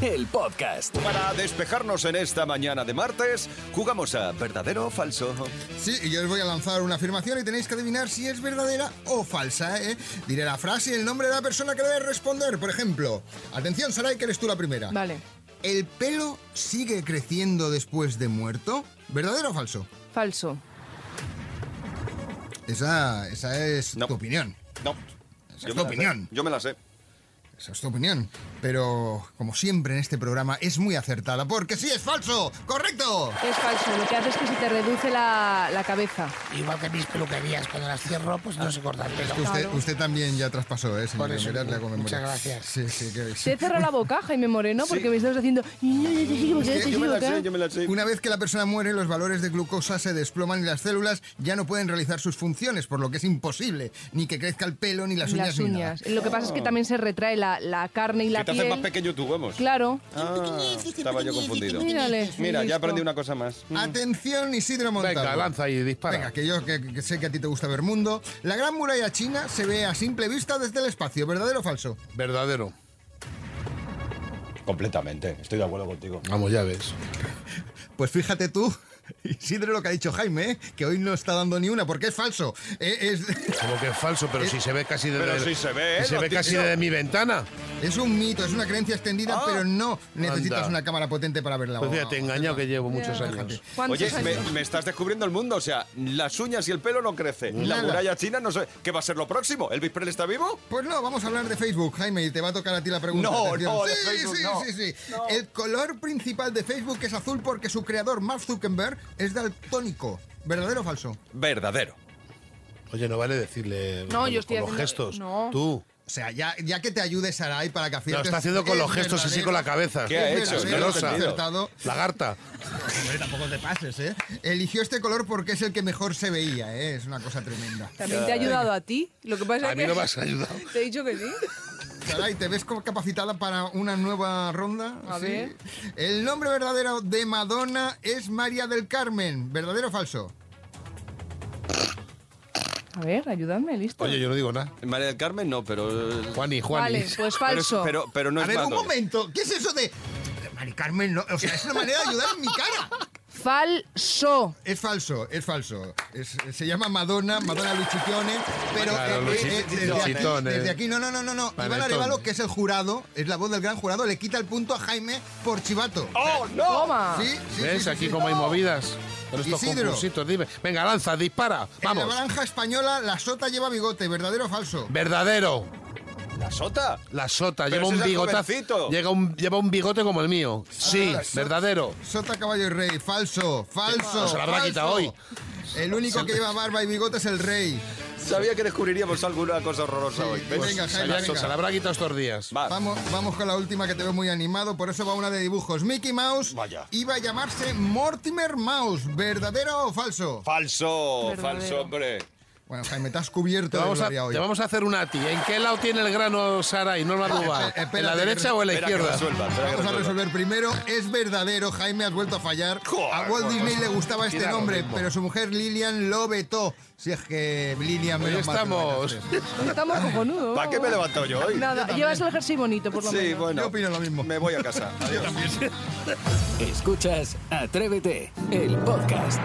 el podcast. Para despejarnos en esta mañana de martes, jugamos a verdadero o falso. Sí, y yo os voy a lanzar una afirmación y tenéis que adivinar si es verdadera o falsa, ¿eh? Diré la frase y el nombre de la persona que debe responder. Por ejemplo, atención, Saray, que eres tú la Ah. primera. Vale, ¿El pelo sigue creciendo después de muerto? ¿Verdadero o falso? falso. Esa, esa es No. tu opinión. No. es tu la sé. opinión. Yo me la sé. Esa es tu opinión. Pero, como siempre en este programa, es muy acertada porque sí es falso. ¡Correcto! Es falso. Lo que hace es que se te reduce la, la cabeza. Igual que mis peluquerías, cuando las cierro, pues no se corta el pelo. Usted, usted también ya traspasó, ¿eh, señor? Por eso, Mirad la conmemoración. muchas gracias. Sí, sí, que sí. Te he cerrado la boca, Jaime Moreno, porque Sí. me estás haciendo... "No, no, te sigo, te Yo me sigo, la ¿qué?". sé, yo me la sé. Una vez que la persona muere, los valores de glucosa se desploman y las células ya no pueden realizar sus funciones, por lo que es imposible ni que crezca el pelo, ni las uñas, Las ni nada. uñas. Lo que pasa es que también se retrae la, la carne y la Ah. que te piel. haces más pequeño tú, vamos. Claro. Ah, estaba yo confundido. Mírale. Mira, ya listo. aprendí una cosa más. Mm. Atención, Isidro Montalvo. Venga, lanza y dispara. Venga, que yo que, que sé que a ti te gusta ver mundo. La gran muralla china se ve a simple vista desde el espacio, ¿verdadero o falso? Verdadero. Completamente, estoy de acuerdo contigo. Vamos, ya ves. Pues fíjate tú, Isidro, lo que ha dicho Jaime, ¿eh? que hoy no está dando ni una, porque es falso. Eh, es, Como que es falso, pero si se ve casi desde... Pero si se ve, si se lo ve tío. casi desde mi ventana. es un mito, es una creencia extendida, Ah, pero no necesitas anda. una cámara potente para verla. Pues fíjate, engañado que llevo muchos Ya. años. ¿Cuántos Oye, me, años? me estás descubriendo el mundo, o sea, las uñas y el pelo no crece. La Nada. muralla china no sé. ¿Qué va a ser lo próximo? ¿El Presley está vivo? Pues no, vamos a hablar de Facebook, Jaime, y te va a tocar a ti la pregunta. No, atención. no, de sí, Facebook sí, no. sí, sí. El color principal de Facebook es azul porque su creador, Mark Zuckerberg, es daltónico. ¿Verdadero o falso? Verdadero. Oye, no vale decirle No, con, yo estoy con los haciendo- gestos. no. Tú. O sea, ya, ya que te ayude Sarai para que Lo aciertes... está haciendo con es los gestos así verdadero. con la cabeza. ¿Qué ha Es hecho? verdadero, No que lo he has entendido. acertado. Lagarta. Hombre, tampoco te pases, ¿eh? Eligió este color porque es el que mejor se veía, ¿eh? Es una cosa tremenda. También te ha ayudado a ti. Lo que pasa A es mí que no me has ayudado. te he dicho que sí. Saray, ¿te ves como capacitada para una nueva ronda? A Sí. ver. El nombre verdadero de Madonna es María del Carmen. ¿Verdadero o falso? A ver, ayúdame, listo. Oye, yo no digo nada. María del Carmen no, pero. Juani, Juani. vale, pues Pero, es- falso. pero, pero no a es ver, un Madonna. momento. ¿Qué es eso de... Mari Carmen, no, o sea, es una manera de ayudar en mi cara. Falso. Es falso, es falso. Es- se llama Madonna, Madonna Luchitione, pero Claro, eh, Luchi- eh, eh, desde, aquí, Luchitone. desde aquí, no, no, no, no, no. Iván Panetone. Arevalo, que es el jurado, es la voz del gran jurado, le quita el punto a Jaime por chivato. ¡Oh, no! Toma. Sí, sí, ¿Ves? sí, sí, Aquí sí. como hay movidas. Con estos Isidro. concursitos, dime. Venga, lanza, dispara. En la Vamos. granja española, la sota lleva bigote, ¿verdadero o falso? Verdadero. ¡La sota! La sota Pero lleva ese un es el bigotazo. jovencito. Ah, Llega un, lleva un bigote como el mío. Sí, la sota. verdadero. Sota, caballo y rey, falso, falso. Pues se la habrá falso. quitado hoy. El único que lleva barba y bigote es el rey. Sabía que descubriríamos alguna cosa horrorosa Sí, hoy. pues venga, Jaime, La venga. sota, la habrá quitado estos días. Va. Vamos, vamos con la última que te veo muy animado, por eso va una de dibujos. Mickey Mouse Vaya. iba a llamarse Mortimer Mouse, ¿verdadero o falso? Falso, Verdadero. falso, hombre. Bueno, Jaime, te has cubierto Te de vamos, a, gloria hoy. te vamos a hacer una a ti. ¿En qué lado tiene el grano Sara y no lo Espe- espérate, ¿En la derecha o en la Espera que izquierda? resuelva, espera que Vamos a resuelva. resolver primero, es verdadero, Jaime, has vuelto a fallar. Joder, a Walt joder. Disney le gustaba este Mira lo nombre, mismo. pero su mujer Lilian lo vetó. Si es que Lilian me Hoy estamos. Estamos cojonudos. ¿Para qué me he levantado yo hoy? Nada, llevas el jersey bonito, por lo Sí, menos. bueno. Yo opino lo mismo. Me voy a casa. Adiós. Escuchas Atrévete, el podcast.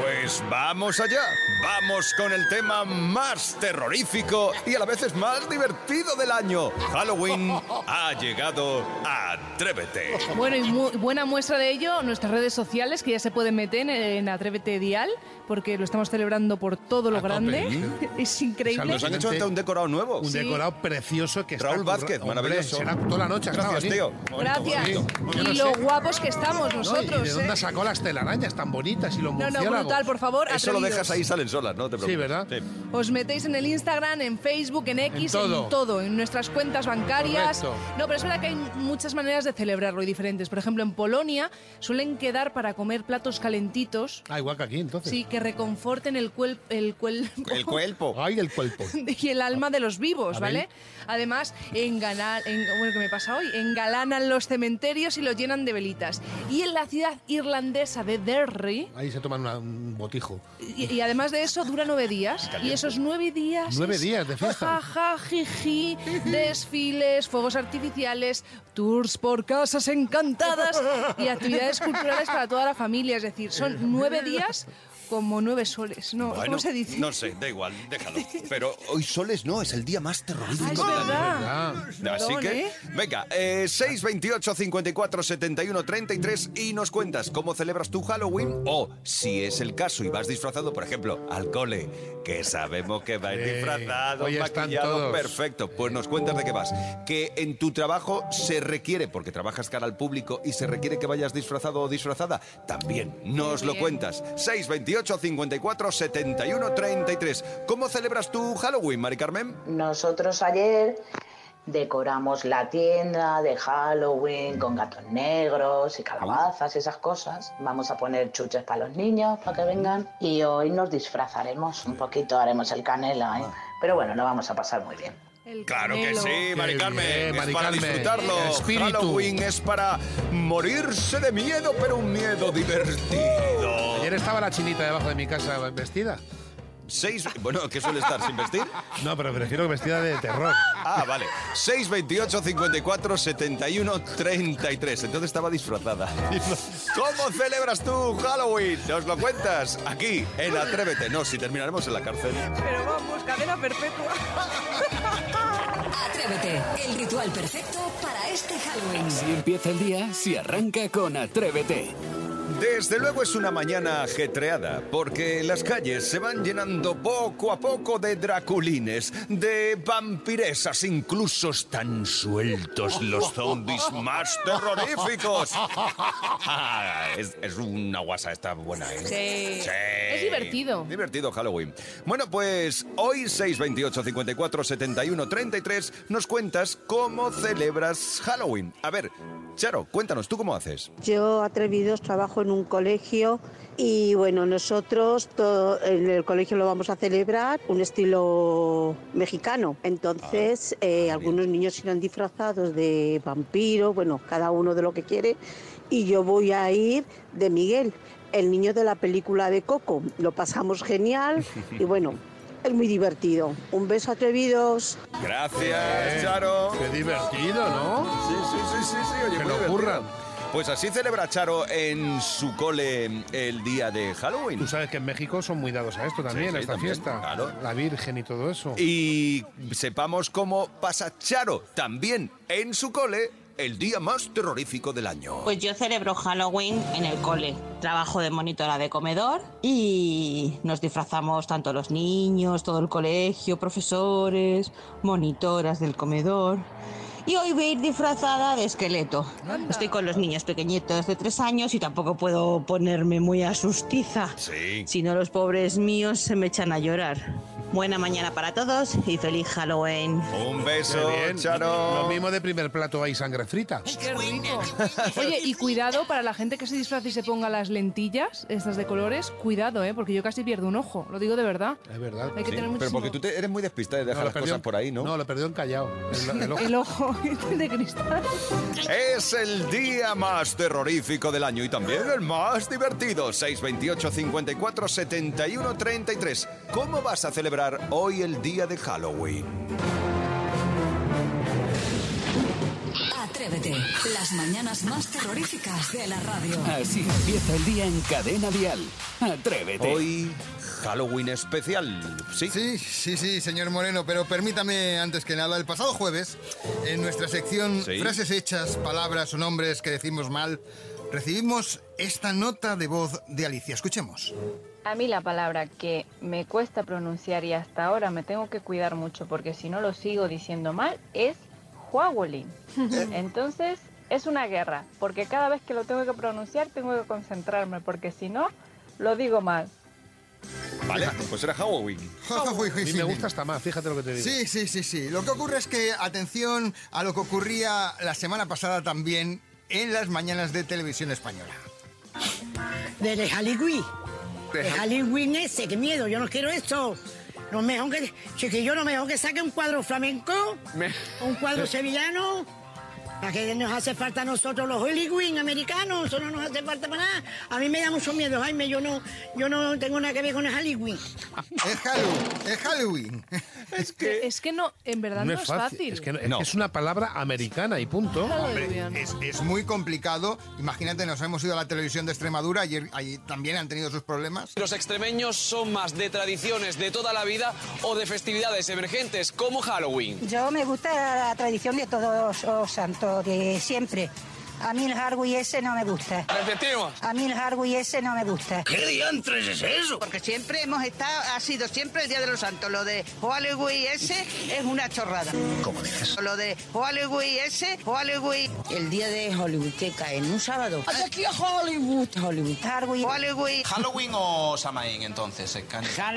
Pues vamos allá. Vamos con el tema más terrorífico y a la vez es más divertido del año. Halloween ha llegado. Atrévete. Bueno, y mu- buena muestra de ello nuestras redes sociales que ya se pueden meter en, en Atrévete Dial, porque lo estamos celebrando por todo lo A tope. grande. es increíble. Nos han hecho hasta un decorado nuevo. Un decorado precioso que está. Raúl curra- Vázquez, Hombre, maravilloso. Será toda la noche. ha estado Gracias, aquí. tío. Gracias. bonito. Yo Y no lo sé. guapos que estamos No, ¿Y nosotros. de dónde ¿eh? sacó las telarañas tan bonitas y los No, no, murciélagos? brutal, por favor, Eso lo atrevidos. dejas ahí, salen solas, ¿no? Te preocupes. Sí, ¿verdad? Os metéis en el Instagram, en Facebook, en X, En en todo. todo, en, nuestras cuentas bancarias. Correcto. No, pero es verdad que hay muchas maneras de celebrarlo y diferentes. Por ejemplo, en Polonia suelen quedar para comer platos calentitos, Ah, igual que aquí, entonces. sí, que reconforten el cuerpo el cuelpo El cuerpo. Ay, del cuerpo. y el alma de los vivos, Abel. ¿vale? Además, engana- en, bueno, ¿qué me pasa hoy? Engalanan los cementerios y los llenan de velitas. Y en la ciudad irlandesa de Derry, Ahí se toman una- un botijo. y, y además de eso, dura nueve días. Y esos nueve días. Nueve es días de fiesta. Ja, ja, jiji, desfiles, fuegos artificiales, tours por casas encantadas y actividades culturales para toda la familia. Es decir, son nueve días como nueve soles. No, Bueno, ¿Cómo se dice? No sé, da igual, déjalo. Pero hoy soles no, es el día más terrorífico. Ah, es del año. verdad. Ah, Así Perdón, que, ¿eh? venga, eh, 628 54 71 33 y nos cuentas cómo celebras tu Halloween o, si es el caso y vas disfrazado, por ejemplo, al cole, que sabemos que vas Sí, disfrazado, hoy están maquillado, todos. perfecto. Pues nos cuentas de qué vas. Que en tu trabajo se requiere, porque trabajas cara al público y se requiere que vayas disfrazado o disfrazada, también nos lo bien. cuentas. 628 54 71 33. ¿Cómo celebras tu Halloween, Mari Carmen? Nosotros ayer decoramos la tienda de Halloween con gatos negros y calabazas y esas cosas. Vamos a poner chuches para los niños para que vengan y hoy nos disfrazaremos un poquito, haremos el canela, ¿eh? pero bueno, lo vamos a pasar muy bien. El Claro que canelo. sí, Mari Qué Carmen. bien, es Mari para Carmen. disfrutarlo. Espíritu. Halloween es para morirse de miedo, pero un miedo divertido. ayer estaba la chinita debajo de mi casa vestida. Seis, bueno, ¿qué suele estar sin vestir? No, pero prefiero vestida de terror. Ah, vale. 628 54 71 33. Entonces estaba disfrazada. ¿Cómo celebras tú Halloween? Nos lo cuentas aquí en Atrévete. No, si terminaremos en la cárcel. Pero vamos, cadena perpetua. Atrévete, el ritual perfecto para este Halloween. Si empieza el día, si arranca con Atrévete. Desde luego es una mañana ajetreada, porque las calles se van llenando poco a poco de draculines, de vampiresas, incluso tan sueltos los zombies más terroríficos. Ah, es, es una guasa esta buena, ¿eh? Sí. Sí. Es divertido. Divertido Halloween. Bueno, pues hoy 628 54 71 33 nos cuentas cómo celebras Halloween. A ver, Charo, cuéntanos, ¿tú cómo haces? Yo, atrevidos, trabajo en un colegio y bueno, nosotros todo, en el colegio lo vamos a celebrar un estilo mexicano. Entonces, eh, algunos niños irán disfrazados de vampiro, bueno, cada uno de lo que quiere. Y yo voy a ir de Miguel, el niño de la película de Coco. Lo pasamos genial y bueno, es muy divertido. Un beso, atrevidos. Gracias, Charo. Eh, Qué divertido, ¿no? Sí, sí, sí, sí, sí. Oye, muy Que lo divertido. ocurran. Pues así celebra Charo en su cole el día de Halloween. Tú sabes que en México son muy dados a esto también, sí, a esta también, fiesta. claro. La Virgen y todo eso. Y sepamos cómo pasa Charo también en su cole el día más terrorífico del año. Pues yo celebro Halloween en el cole. Trabajo de monitora de comedor y nos disfrazamos tanto los niños, todo el colegio, profesores, monitoras del comedor. Y hoy voy a ir disfrazada de esqueleto. Estoy con los niños pequeñitos de tres años y tampoco puedo ponerme muy asustiza. Sí. Si no, los pobres míos se me echan a llorar. Buena mañana para todos y feliz Halloween. Un Qué beso, bien. Lo Charo. mismo de primer plato hay sangre frita. Qué rico. Oye, y cuidado para la gente que se disfrace y se ponga las lentillas, estas de colores, cuidado, ¿eh? porque yo casi pierdo un ojo, lo digo de verdad. Es verdad. Hay que Sí, tener pero muchísimo porque tú te- eres muy despistada y dejas No, lo las perdió cosas en- por ahí, ¿no? No, lo perdió en Callao. El- el ojo. el ojo de cristal. Es el día más terrorífico del año y también el más divertido. 628 54 71 33. ¿Cómo vas a celebrar hoy el día de Halloween? Atrévete, las mañanas más terroríficas de la radio. Así empieza el día en Cadena Dial. Atrévete. Hoy Halloween especial. Sí. Sí, sí, sí, señor Moreno, pero permítame antes que nada, el pasado jueves, en nuestra sección Sí. Frases hechas, palabras o nombres que decimos mal, recibimos esta nota de voz de Alicia. Escuchemos. A mí la palabra que me cuesta pronunciar y hasta ahora me tengo que cuidar mucho porque si no lo sigo diciendo mal es Huawolin. Entonces es una guerra porque cada vez que lo tengo que pronunciar tengo que concentrarme porque si no lo digo mal. Vale, pues era Halloween. Halloween. Y Oh. me gusta hasta más, fíjate lo que te digo. Sí, sí, sí, sí. Lo que ocurre es que, atención a lo que ocurría la semana pasada también en las mañanas de televisión española. Del Halloween. De El Hall- Halloween ese, qué miedo, yo no quiero eso. No mejor que, chiquillo, no mejor que saque un cuadro flamenco, un cuadro sevillano, para que nos hace falta a nosotros los Halloween americanos, eso no nos hace falta para nada. A mí me da mucho miedo, Jaime, yo no, yo no tengo nada que ver con el Halloween. Es Halloween. Es Halloween. Es que, no, en verdad no, es fácil. Es que no- es que es una palabra americana y punto. Hombre, es, es muy complicado. Imagínate, nos hemos ido a la televisión de Extremadura, ayer allí también han tenido sus problemas. Los extremeños son más de tradiciones de toda la vida o de festividades emergentes como Halloween. Yo me gusta la tradición de todos los santos, de siempre. A mí el Halloween ese no me gusta. Repetimos. A mí el Halloween ese no me gusta. ¿Qué diantres es eso? Porque siempre hemos estado, ha sido siempre el Día de los Santos. Lo de Halloween ese es una chorrada. ¿Cómo dices? Lo de Halloween ese, Halloween. El día de Hollywood que cae en un sábado. Aquí a Hollywood. Hollywood. Halloween. Halloween. ¿Halloween o Samaín entonces? eh,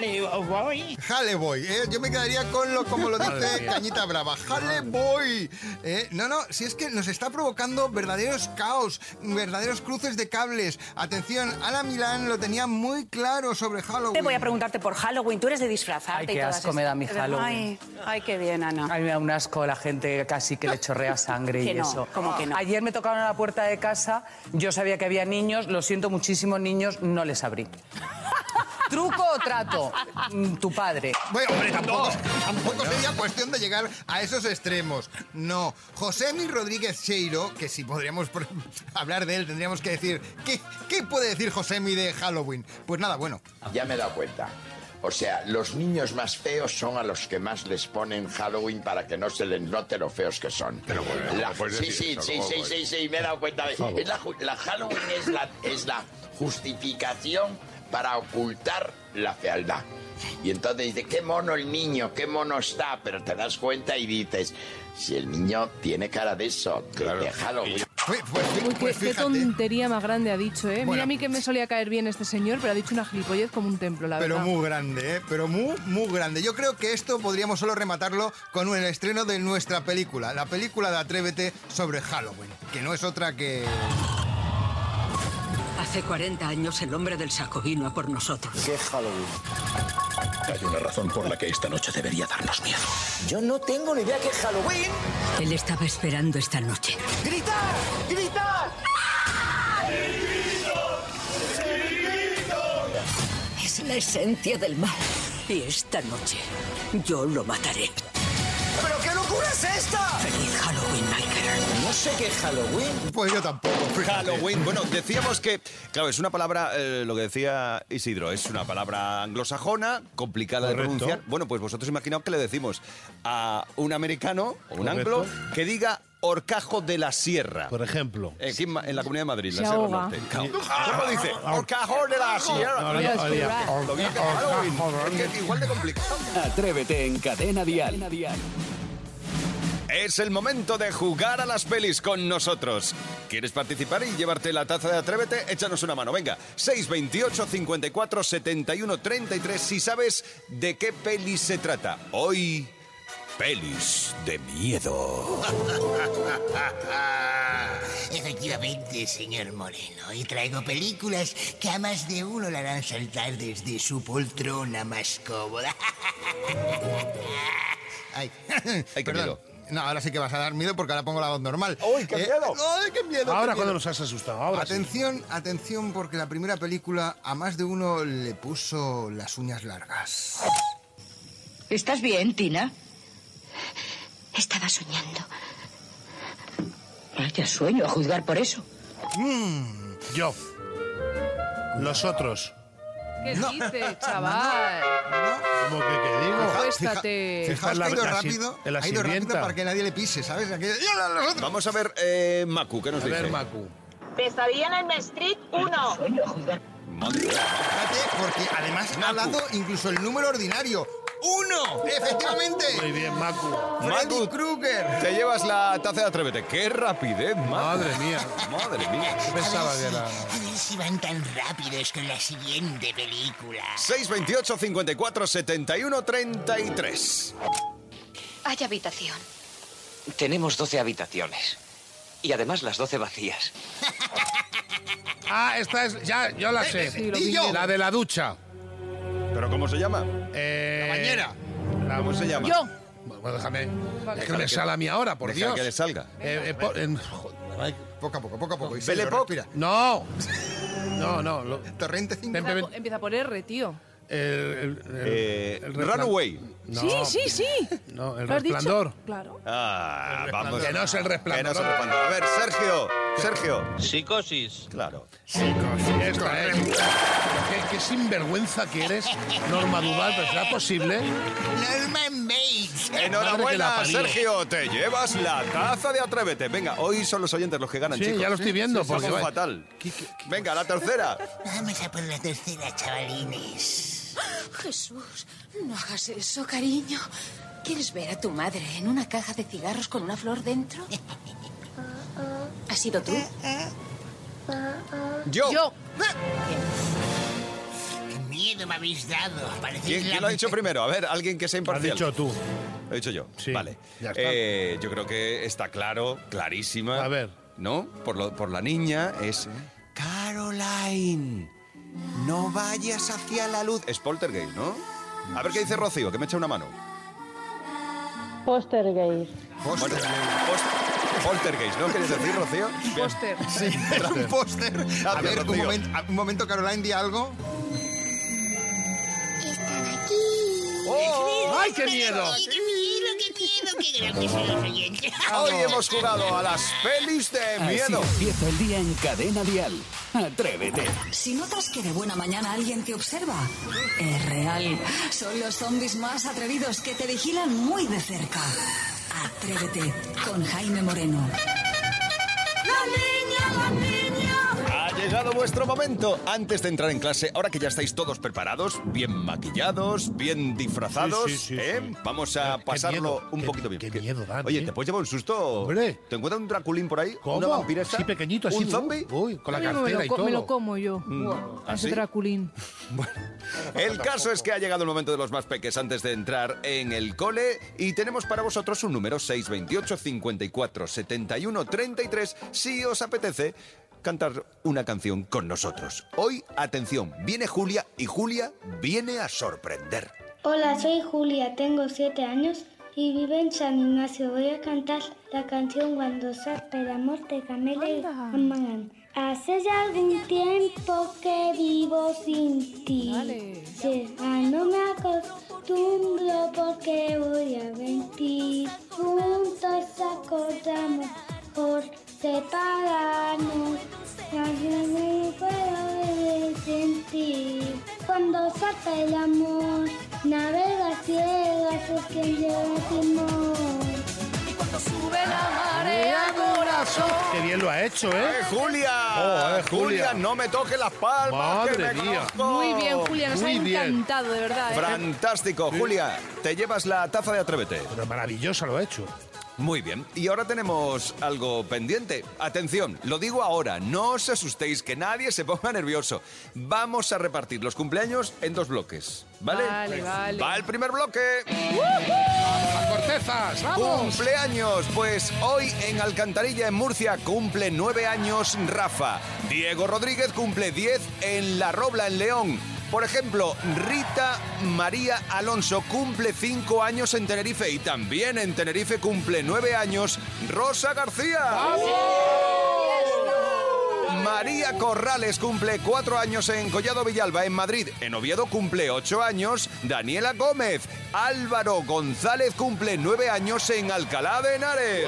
Halleboy. Halleboy, ¿eh? Yo me quedaría con lo como lo Madre dice mía. Cañita Brava. Halleboy. ¿eh? No, no, si es que nos está provocando verdaderos caos, verdaderos cruces de cables. Atención, Ana Milán lo tenía muy claro sobre Halloween. Te voy a preguntarte por Halloween, tú eres de disfrazarte y Ay, qué todas asco me da mi estas- Halloween. Ay, ay, qué bien, Ana. A mí me da un asco la gente casi que le chorrea sangre y Que no, eso. ¿cómo que no? Ayer me tocaron a la puerta de casa, yo sabía que había niños, lo siento muchísimo, niños, no les abrí. ¿Truco o trato? Mm, Tu padre. Bueno, hombre, tampoco, tampoco sería cuestión de llegar a esos extremos. No. Josémi Rodríguez Cheiro, que si podríamos por- hablar de él, tendríamos que decir, ¿qué, qué puede decir Josémi de Halloween? Pues nada, bueno. Ya me he dado cuenta. O sea, los niños más feos son a los que más les ponen Halloween para que no se les note lo feos que son. Pero bueno, no puedes sí, decir sí, eso, sí, ¿cómo sí, voy? sí, sí, me he dado cuenta. Por favor. Es la, ju- la Halloween es la, es la justificación para ocultar la fealdad. Y entonces dice, qué mono el niño, qué mono está, pero te das cuenta y dices, si el niño tiene cara de eso, de- de Halloween. Uy, qué, pues qué tontería más grande ha dicho, ¿eh? Mira a mí que me solía caer bien este señor, pero ha dicho una gilipollez como un templo, la Pero verdad. muy grande, ¿eh? Pero muy, muy grande. Yo creo que esto podríamos solo rematarlo con el estreno de nuestra película, la película de Atrévete sobre Halloween, que no es otra que... Hace 40 años el hombre del saco vino a por nosotros. ¿Qué Halloween? Hay una razón por la que esta noche debería darnos miedo. Yo no tengo ni idea qué es Halloween. Él estaba esperando esta noche. ¡Gritar! ¡Gritar! Es la esencia del mal. Y esta noche yo lo mataré. ¿Pero qué locura es esta? ¡Feliz Halloween, Michael! No sé qué es Halloween. Pues yo tampoco. Halloween. Bueno, decíamos que, claro, es una palabra, eh, lo que decía Isidro, es una palabra anglosajona, complicada de Correcto. pronunciar. Bueno, pues vosotros imaginaos que le decimos a un americano o un Correcto. anglo que diga horcajo de la sierra. Eh, Por ejemplo. Aquí en Ma- en la Comunidad de Madrid, Se la Sierra ahoga. Norte. Ah, ¿Cómo dice? Horcajo de la sierra. No, no, no, no, no. Lo que dice Halloween. Es que igual de complicado. Atrévete en Cadena Dial. Es el momento de jugar a las pelis con nosotros. ¿Quieres participar y llevarte la taza de Atrévete? Échanos una mano, venga. 628 54 71 33 si sabes de qué peli se trata. Hoy, pelis de miedo. Ah, Efectivamente, señor Moreno. Y traigo películas que a más de uno la harán saltar desde su poltrona más cómoda. Ay, qué Perdón. miedo. No, ahora sí que vas a dar miedo porque ahora pongo la voz normal. Eh, ¡Ay, qué miedo! ¡Ay, qué miedo! Ahora qué cuando miedo. nos has asustado, ahora sí. Atención, atención, porque la primera película a más de uno le puso las uñas largas. ¿Estás bien, Tina? Estaba soñando. Vaya sueño a juzgar por eso. Yo. Los otros. ¿Qué dice, chaval? ¿Cómo que qué digo? Acuéstate. Esta es Fijaos que la- ha ido la sir- rápido, la ha ido rápido sirvienta. para que nadie le pise, ¿sabes? Aquello, ¡y ahora los otros! Vamos a ver, eh, Macu, ¿qué nos A dice? ver, Macu. Pesadilla en el Street 1. Fíjate, porque además ha dado incluso el número ordinario. ¡Uno! ¡Efectivamente! Muy bien, Macu. Freddy Krueger. Te llevas la taza de Atrévete. ¡Qué rapidez, Macu! Madre mía. Madre mía. Pensaba que era... A ver si van tan rápidos con la siguiente película. 628 54 71 33. Hay habitación. Tenemos 12 habitaciones. Y además las 12 vacías. Ah, esta es. Ya, yo la sé. Sí, lo vi yo. La de la ducha. ¿Pero cómo se llama? Eh, la bañera. ¿Cómo se llama? Yo. Bueno, déjame. que me sale a mí ahora, por Deja Dios. que le salga. Eh, eh, po- en- joder, ay, Poco a poco, poco a poco. Belle Isidro, Époque. respira. No. No, no. lo- Torrente 5. Empieza por- Empieza por R, tío. el, el- el- el resplan- Runaway. No, Sí, sí, sí. No, el ¿Lo has dicho? resplandor. Claro. Ah, vamos. Que no es el resplandor. Que no es el resplandor. A ver, Sergio. Sergio. Psicosis. Claro. Esta es. Qué, qué sinvergüenza que eres, Norma Duval, pero será posible. Norman Bates. Enhorabuena, Sergio. Te llevas la taza de Atrévete. Venga, hoy son los oyentes los que ganan, Sí, chicos. ya lo estoy viendo, Sí, porque somos va- fatal. Venga, la tercera. Vamos a por la tercera, chavalines. Jesús, no hagas eso, cariño. ¿Quieres ver a tu madre en una caja de cigarros con una flor dentro? ¿Has sido tú? Yo. Eh. ¡Qué miedo me habéis dado! Parecéis ¿Quién, la- quién lo ha dicho primero? A ver, alguien que sea imparcial. dicho tú. Lo he dicho yo. Vale. Eh, yo creo que está claro, clarísima. A ver. ¿No? Por, lo- por la niña es. Caroline, no vayas hacia la luz. Es Poltergeist, ¿no? A ver qué dice Rocío, que me echa una mano. Postergate. Bueno, post- Poltergeist, ¿no? ¿Quieres decir, Rocío? Bien. Póster. Sí, era un póster. A Gracias, ver, un Rocío. momento, un momento, Caroline, di algo. ¡Ay, qué miedo! ¡Qué miedo, qué miedo, qué grandes son los oyentes! Hoy hemos jugado a las pelis de Así miedo. empieza el día en Cadena Dial. Atrévete. Si notas que de buena mañana alguien te observa, es real. Son los zombies más atrevidos que te vigilan muy de cerca. Atrévete con Jaime Moreno. Ha llegado vuestro momento. Antes de entrar en clase, ahora que ya estáis todos preparados, bien maquillados, bien disfrazados, Sí, sí, sí, ¿eh? vamos a pasarlo miedo, un qué- poquito bien. qué Que- miedo dan, Oye, eh. ¿te puedes llevar un susto? Hombre. ¿Te encuentras un Draculín por ahí? ¿Cómo? ¿Una vampiresa? Sí, pequeñito, así. ¿Un zombie? Uy, con la Yo me, cartera lo, y co- me lo todo. como yo. Mm, ¿ah, sí? Ese Draculín. El caso es que ha llegado el momento de los más peques antes de entrar en el cole y tenemos para vosotros un número 628 54 71 33 si os apetece cantar una canción con nosotros. Hoy, atención, viene Julia y Julia viene a sorprender. Hola, soy Julia, tengo 7 años y vivo en San Ignacio. Voy a cantar la canción Cuando sape el amor de Camela y Amagán. Hace ya algún tiempo que vivo sin ti. Sí, ah, no me acostumbro porque voy a mentir. Juntos acordamos por separarnos. Ya no me puedo sentir. Cuando salta el amor, navega ciegas, es quien lleva timón. Sube la eh. marea, corazón. Qué bien lo ha hecho, ¿eh? ¡Eh, Julia! Oh, eh, Julia. Julia, no me toque las palmas. que Madre me mía. conozco. Muy bien, Julia, nos ha Muy bien. encantado, de verdad. ¿eh? Fantástico, Julia. Te llevas la taza de Atrévete. Pero maravillosa lo ha hecho. Muy bien, y ahora tenemos algo pendiente. Atención, lo digo ahora, no os asustéis, que nadie se ponga nervioso. Vamos a repartir los cumpleaños en dos bloques, ¿vale? Pues Vale, vale. Va el primer bloque. ¡Las cortezas! ¡Vamos! Cumpleaños, pues hoy en Alcantarilla, en Murcia, cumple nueve años Rafa. Diego Rodríguez cumple 10 en La Robla, en León. Por ejemplo, Rita María Alonso cumple cinco años en Tenerife y también en Tenerife cumple nueve años Rosa García. María Corrales cumple cuatro años en Collado Villalba, en Madrid. En Oviedo cumple ocho años Daniela Gómez. Álvaro González cumple nueve años en Alcalá de Henares.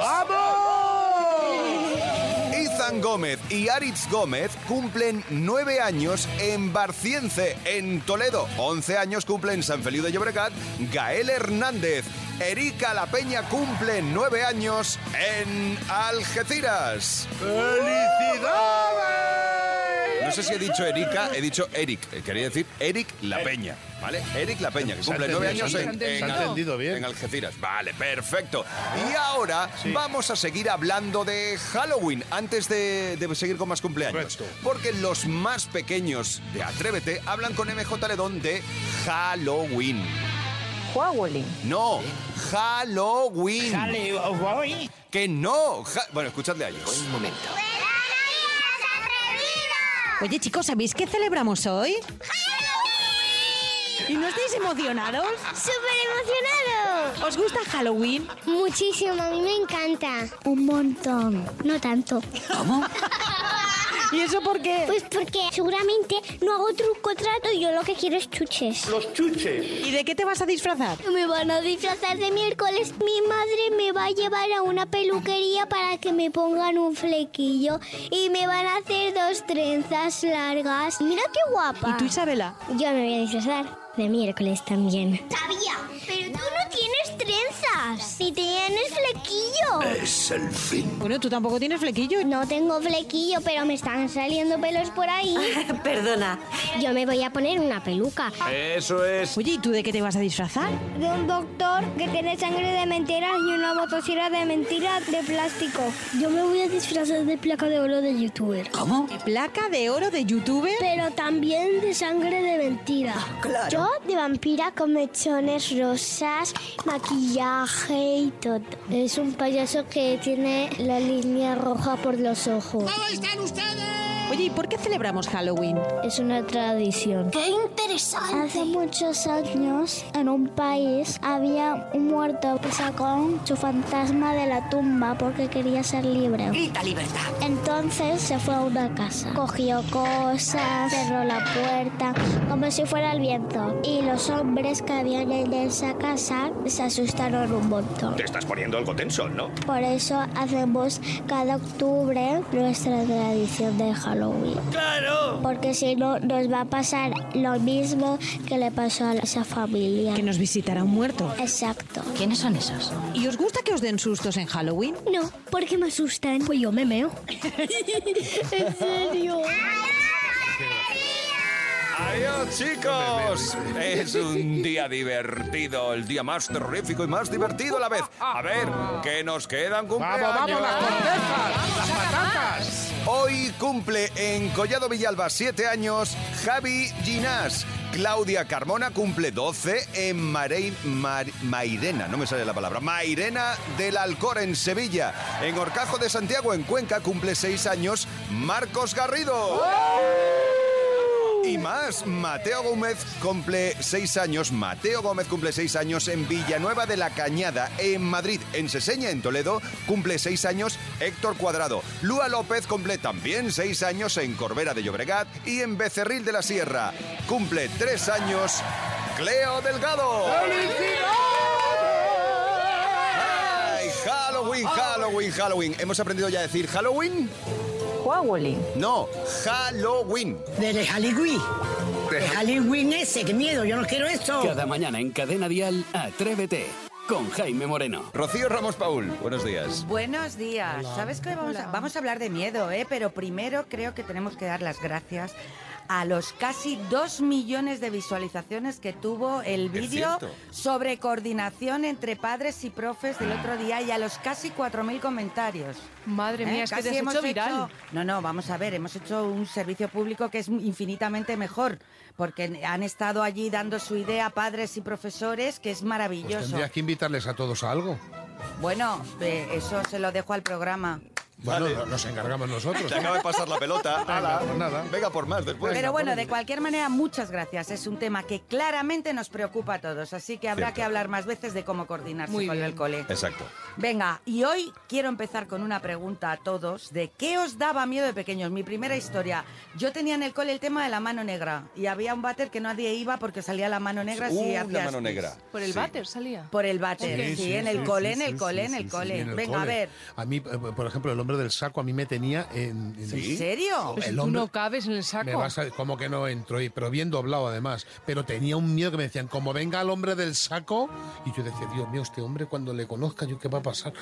Izan Gómez y Aritz Gómez cumplen nueve años en Barciense, en Toledo. Once años cumplen San Feliu de Llobregat, Gael Hernández. Erika La Peña cumple nueve años en Algeciras. ¡Felicidades! No sé si he dicho Erika, he dicho Eric. Eh, Quería decir Eric La Peña, ¿vale? Eric La Peña, que Se ha cumple nueve entendido, años se ha en, entendido. en- Se ha entendido bien. Ah. en Algeciras. Vale, perfecto. Y ahora vamos a seguir hablando de Halloween antes de, de seguir con más cumpleaños. Porque los más pequeños de Atrévete hablan con MJ Ledón de Halloween. Halloween. No, Halloween. Que no. ja- bueno, escuchadle a ellos. Un momento. Oye, chicos, ¿sabéis qué celebramos hoy? ¿Y no estáis emocionados? ¡Súper emocionado! ¿Os gusta Halloween? Muchísimo, a mí me encanta. Un montón. No tanto. ¿Cómo? ¿Y eso por qué? Pues porque seguramente no hago truco trato y yo lo que quiero es chuches. Los chuches. ¿Y de qué te vas a disfrazar? Me van a disfrazar de miércoles. Mi madre me va a llevar a una peluquería para que me pongan un flequillo y me van a hacer dos trenzas largas. Mira qué guapa. ¿Y tú, Isabela? Yo me voy a disfrazar de miércoles también. Sabía, pero tú no tienes trenzas. Ni tienes flequillo. el fin. Bueno, ¿tú tampoco tienes flequillo? No tengo flequillo, pero me están saliendo pelos por ahí. Perdona. Yo me voy a poner una peluca. Eso es. Oye, ¿y tú de qué te vas a disfrazar? De un doctor que tiene sangre de mentiras y una motosierra de mentiras de plástico. Yo me voy a disfrazar de placa de oro de youtuber. ¿Cómo? ¿De placa de oro de youtuber? Pero también de sangre de mentira. claro. Yo de vampira con mechones rosas, maquillaje y todo. Es un payaso que tiene la línea roja por los ojos. están ustedes? Oye, ¿y por qué celebramos Halloween? Es una tradición. ¡Qué interesante! Hace muchos años, en un país, había un muerto que Pues sacó su fantasma de la tumba porque quería ser libre. Grita libertad. Entonces se fue a una casa, cogió cosas, cerró la puerta, como si fuera el viento. Y los hombres que habían en esa casa se asustaron un montón. Te estás poniendo algo tenso, ¿no? Por eso hacemos cada octubre nuestra tradición de Halloween. ¡Claro! Porque si no, nos va a pasar lo mismo que le pasó a esa familia. Que nos visitará un muerto. Exacto. ¿Quiénes son esos? ¿Y os gusta que os den sustos en Halloween? No, porque me asustan. Pues yo me meo. ¿En serio? Adiós, chicos. Es un día divertido, el día más terrorífico y más divertido a la vez. A ver, que nos quedan cumpleaños. vamos, las las patatas. Hoy cumple en Collado Villalba 7 años Javi Ginás. Claudia Carmona cumple 12 en Marei- Mar- Mairena, no me sale la palabra, Mairena del Alcor en Sevilla. En Horcajo de Santiago, en Cuenca, cumple 6 años Marcos Garrido. Y más, Mateo Gómez cumple seis años. Mateo Gómez cumple seis años en Villanueva de la Cañada, en Madrid. En Seseña, en Toledo, cumple seis años Héctor Cuadrado. Lúa López cumple también seis años en Corbera de Llobregat y en Becerril de la Sierra. Cumple tres años Cleo Delgado. ¡Ay, Halloween, Halloween, Halloween! ¿Hemos aprendido ya a decir Halloween? Halloween. No, Halloween. Del Halloween. El Halloween ese, qué miedo, yo no quiero eso. Cada mañana en Cadena Dial, Atrévete con Jaime Moreno. Rocío Ramos Paul, buenos días. Buenos días. ¿Sabes qué? Vamos a, vamos a hablar de miedo, ¿eh? Pero primero creo que tenemos que dar las gracias a los casi dos millones de visualizaciones que tuvo el vídeo cierto. sobre coordinación entre padres y profes del otro día y a los casi 4.000 comentarios. Madre mía, es que te has ¿Eh? hemos hecho viral. No, no, vamos a ver, hemos hecho un servicio público que es infinitamente mejor, porque han estado allí dando su idea a padres y profesores, que es maravilloso. Tendrías que invitarles a todos a algo. Bueno, eh, eso se lo dejo al programa. Bueno, no- nos encargamos nosotros. Te acaba de pasar la pelota. Ala. Venga por más después. Pero bueno, de cualquier manera, muchas gracias. Es un tema que claramente nos preocupa a todos, así que habrá Cierto. que hablar más veces de cómo coordinarse con el cole. Exacto. Venga, y hoy quiero empezar con una pregunta a todos de qué os daba miedo de pequeños. Mi primera historia. Yo tenía en el cole el tema de la mano negra y había un váter que nadie iba porque salía la mano negra si Uh, la hacías mano pis. negra. Por el váter salía. Oh, Por el váter, sí, Sí, sí, en el sí, cole, sí, en el sí, cole, sí, en el sí, cole. sí, en el Venga, a cole. ver. A mí, eh, por ejemplo, el hombre del saco a mí me tenía en... en- ¿En serio? El Pero si tú hombre- no cabes en el Me saco. vas a, como que no entro, y- pero bien doblado además. Pero tenía un miedo que me decían, como venga el hombre del saco, y yo decía, Dios mío, este hombre cuando le conozca, yo qué va a pasar.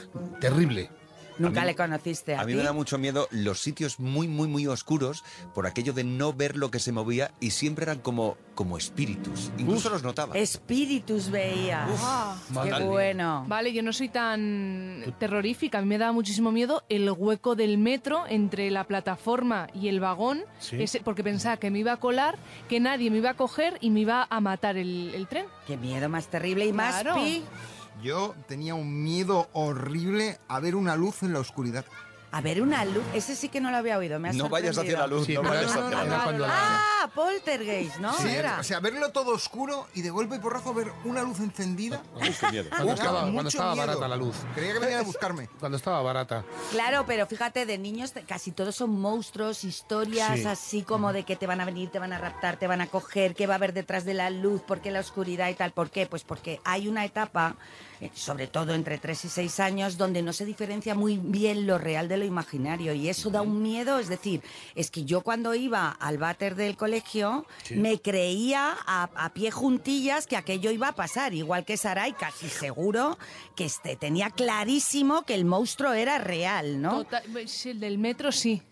Terrible. Nunca A mí- le conociste a, A mí ti. me da mucho miedo los sitios muy, muy, muy oscuros por aquello de no ver lo que se movía y siempre eran como, como espíritus. Incluso los notaba. Espíritus veía. Uf, Ah, qué fatal. bueno. Vale, yo no soy tan terrorífica. A mí me da muchísimo miedo el hueco del metro entre la plataforma y el vagón, Sí. ese- porque pensaba que me iba a colar, que nadie me iba a coger y me iba a matar el, el tren. Qué miedo más terrible y más Claro. pi. Yo tenía un miedo horrible a ver una luz en la oscuridad. A ver una luz. Ese sí que no lo había oído. Me ha No vayas sorprendido. hacia la luz, Sí, no no, vayas no, no, hacia la no, luz. no, cuando la- Ah, poltergeist, ¿no? Sí, Era. o sea, verlo todo oscuro y de golpe y porrazo ver una luz encendida. Cuando Me daba estaba, cuando mucho estaba miedo. barata la luz. Creía que venían a buscarme. Cuando estaba barata. Claro, pero fíjate, de niños te- casi todos son monstruos, historias Sí. así como de que te van a venir, te van a raptar, te van a coger, qué va a haber detrás de la luz, por qué la oscuridad y tal. ¿Por qué? Pues porque hay una etapa, eh, sobre todo entre 3 y 6 años, donde no se diferencia muy bien lo real de lo imaginario y eso da un miedo. Es decir, es que yo cuando iba al váter del colegio Sí. me creía a, a pie juntillas que aquello iba a pasar, igual que Sarai, casi seguro que este, tenía clarísimo que el monstruo era real, ¿no? Total- sí, el del metro sí.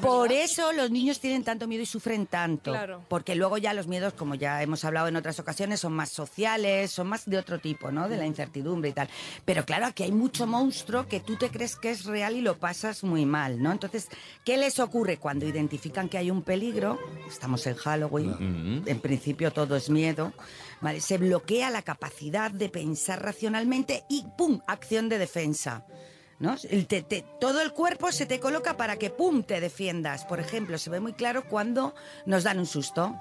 Por eso los niños tienen tanto miedo y sufren tanto. Claro. Porque luego ya los miedos, como ya hemos hablado en otras ocasiones, son más sociales, son más de otro tipo, ¿no? De la incertidumbre y tal. Pero claro, aquí hay mucho monstruo que tú te crees que es real y lo pasas muy mal, ¿no? Entonces, ¿qué les ocurre cuando identifican que hay un peligro? Estamos en Halloween. En principio todo es miedo. ¿vale? Se bloquea la capacidad de pensar racionalmente y ¡pum! Acción de defensa. ¿no? El te- te- todo el cuerpo se te coloca para que ¡pum! te defiendas. Por ejemplo, se ve muy claro cuando nos dan un susto.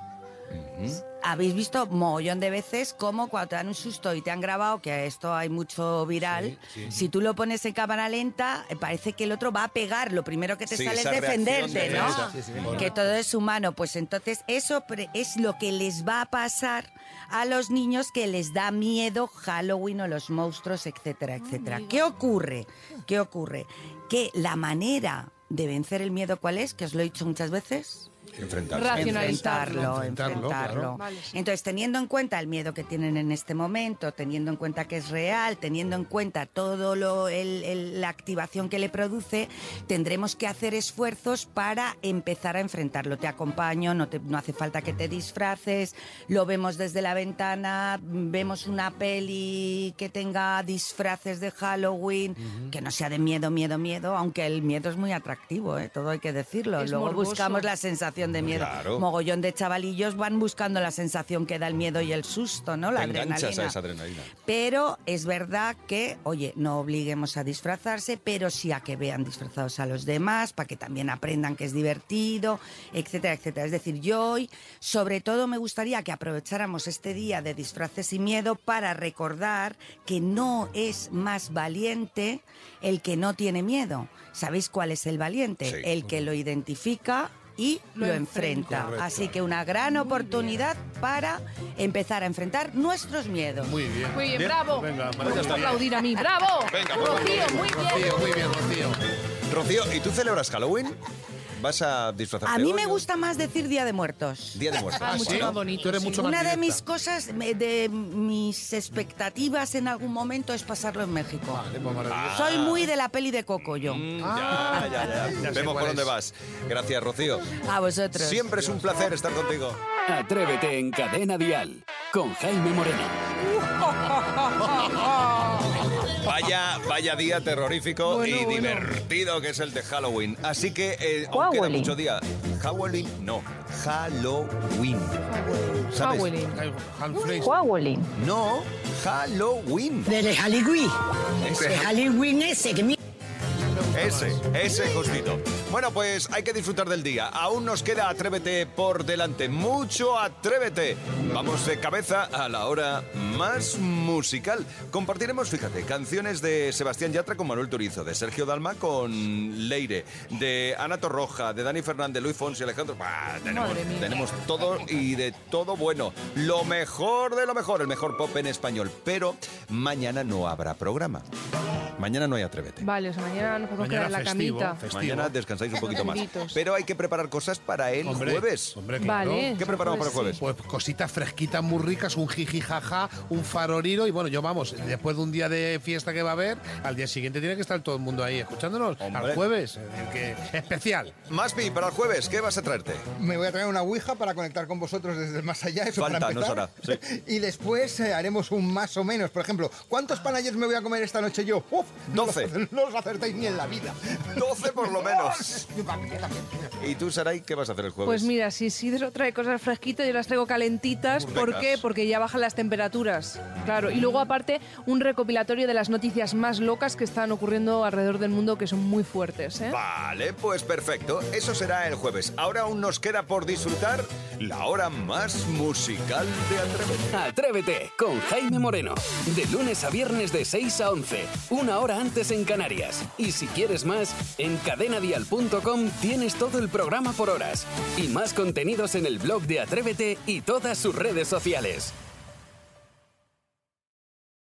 Habéis visto mogollón de veces cómo cuando te dan un susto y te han grabado, que esto hay mucho viral, Sí, sí. si tú lo pones en cámara lenta, eh, parece que el otro va a pegar. Lo primero que te Sí, sale es esa reacción defenderte, de ¿no? defensa. Sí, sí, sí. Que todo es humano. Pues entonces eso pre- es lo que les va a pasar a los niños que les da miedo Halloween o los monstruos, etcétera, etcétera. ¿Qué ocurre? ¿Qué ocurre? Que la manera de vencer el miedo, ¿cuál es? Que os lo he dicho muchas veces. Enfrentarse. Enfrentarlo, Enfrentarlo, claro. enfrentarlo. Vale, Entonces, Pues teniendo en cuenta el miedo que tienen en este momento, teniendo en cuenta que es real, teniendo en cuenta todo lo el- el- la activación que le produce, tendremos que hacer esfuerzos para empezar a enfrentarlo. Te acompaño, no, te- no hace falta que te disfraces, lo vemos desde la ventana, vemos una peli que tenga disfraces de Halloween, que no sea de miedo, miedo, miedo, aunque el miedo es muy atractivo, ¿eh? todo hay que decirlo. Es Luego morboso. buscamos la sensación de miedo. Claro. Mogollón de chavalillos van buscando la sensación que da el miedo y el susto, ¿no? La Te enganchas adrenalina. a esa adrenalina. Pero es verdad que, oye, no obliguemos a disfrazarse, pero sí a que vean disfrazados a los demás, para que también aprendan que es divertido, etcétera, etcétera. Es decir, yo hoy, sobre todo, me gustaría que aprovecháramos este día de disfraces y miedo para recordar que no es más valiente el que no tiene miedo. ¿Sabéis cuál es el valiente? Sí. El que lo identifica y lo, Lo enfrenta. enfrenta. Correcto. Así que una gran oportunidad para empezar a enfrentar nuestros miedos. Muy bien. Muy bien, bravo. Venga, Me gusta aplaudir a mí, bravo. Venga, pues, Rocío, muy bien. Muy bien, Rocío. Rocío, ¿y tú celebras Halloween? ¿Vas a disfrazarte A mí hoy, me no? gusta más decir Día de Muertos. Día de Muertos. Ah, mucho más bonito. Tú eres mucho más Una de directa. mis cosas, me- de mis expectativas en algún momento es pasarlo en México. maravilloso. Soy muy de la peli de Coco yo. Ya, ya, ya. Ah, Ya sé Vemos por cuál dónde es. vas. Gracias, Rocío. A vosotros. Siempre es un placer estar contigo. Atrévete en Cadena Dial con Jaime Moreno. Vaya, vaya día terrorífico Bueno, y bueno. divertido que es el de Halloween. Así que eh, aún queda Halloween. mucho día. Halloween, no. Halloween. Ah, ¿Sabes? Halloween. Halloween. No, Halloween. Del Halloween. Ese. El Halloween ese que mi- Ese, ese justito. Bueno, pues hay que disfrutar del día. Aún nos queda Atrévete por delante. Mucho Atrévete. Vamos de cabeza a la hora más musical. Compartiremos, fíjate, canciones de Sebastián Yatra con Manuel Turizo, de Sergio Dalma con Leire, de Ana Torroja, de Dani Fernández, Luis Fonsi, Alejandro... Bah, tenemos, Madre mía. tenemos todo y de todo bueno. Lo mejor de lo mejor, el mejor pop en español. Pero mañana no habrá programa. Mañana no hay Atrévete. Vale, o sea, mañana nos podemos quedar en la camita. Mañana descansamos. descansáis un poquito más. Benditos. Pero hay que preparar cosas para el Hombre, jueves. hombre, claro. Vale, ¿Qué preparamos para el jueves? Pues cositas fresquitas muy ricas, un jiji jaja, un faroriro y bueno, yo vamos, después de un día de fiesta que va a haber, al día siguiente tiene que estar todo el mundo ahí escuchándonos. Al jueves, el que especial. Maspi, para el jueves, ¿qué vas a traerte? Me voy a traer una ouija para conectar con vosotros desde el más allá. Eso Falta, para no empezar. será, sí. Y después eh, haremos un más o menos. Por ejemplo, ¿cuántos panayos me voy a comer esta noche yo? ¡Uf! No los- 12. No los acertáis ni en la vida. 12 por lo menos. ¿Y tú, Saray, qué vas a hacer el jueves? Pues mira, si Sidro trae cosas fresquitas, yo las traigo calentitas. ¿Por Burbejas. qué? Porque ya bajan las temperaturas. Claro. Y luego, aparte, un recopilatorio de las noticias más locas que están ocurriendo alrededor del mundo que son muy fuertes. ¿eh? Vale, pues perfecto. Eso será el jueves. Ahora aún nos queda por disfrutar la hora más musical de Atrévete. Atrévete con Jaime Moreno. De lunes a viernes de 6 a 11, una hora antes en Canarias. Y si quieres más, en cadenadial.com tienes todo el programa por horas y más contenidos en el blog de Atrévete y todas sus redes sociales.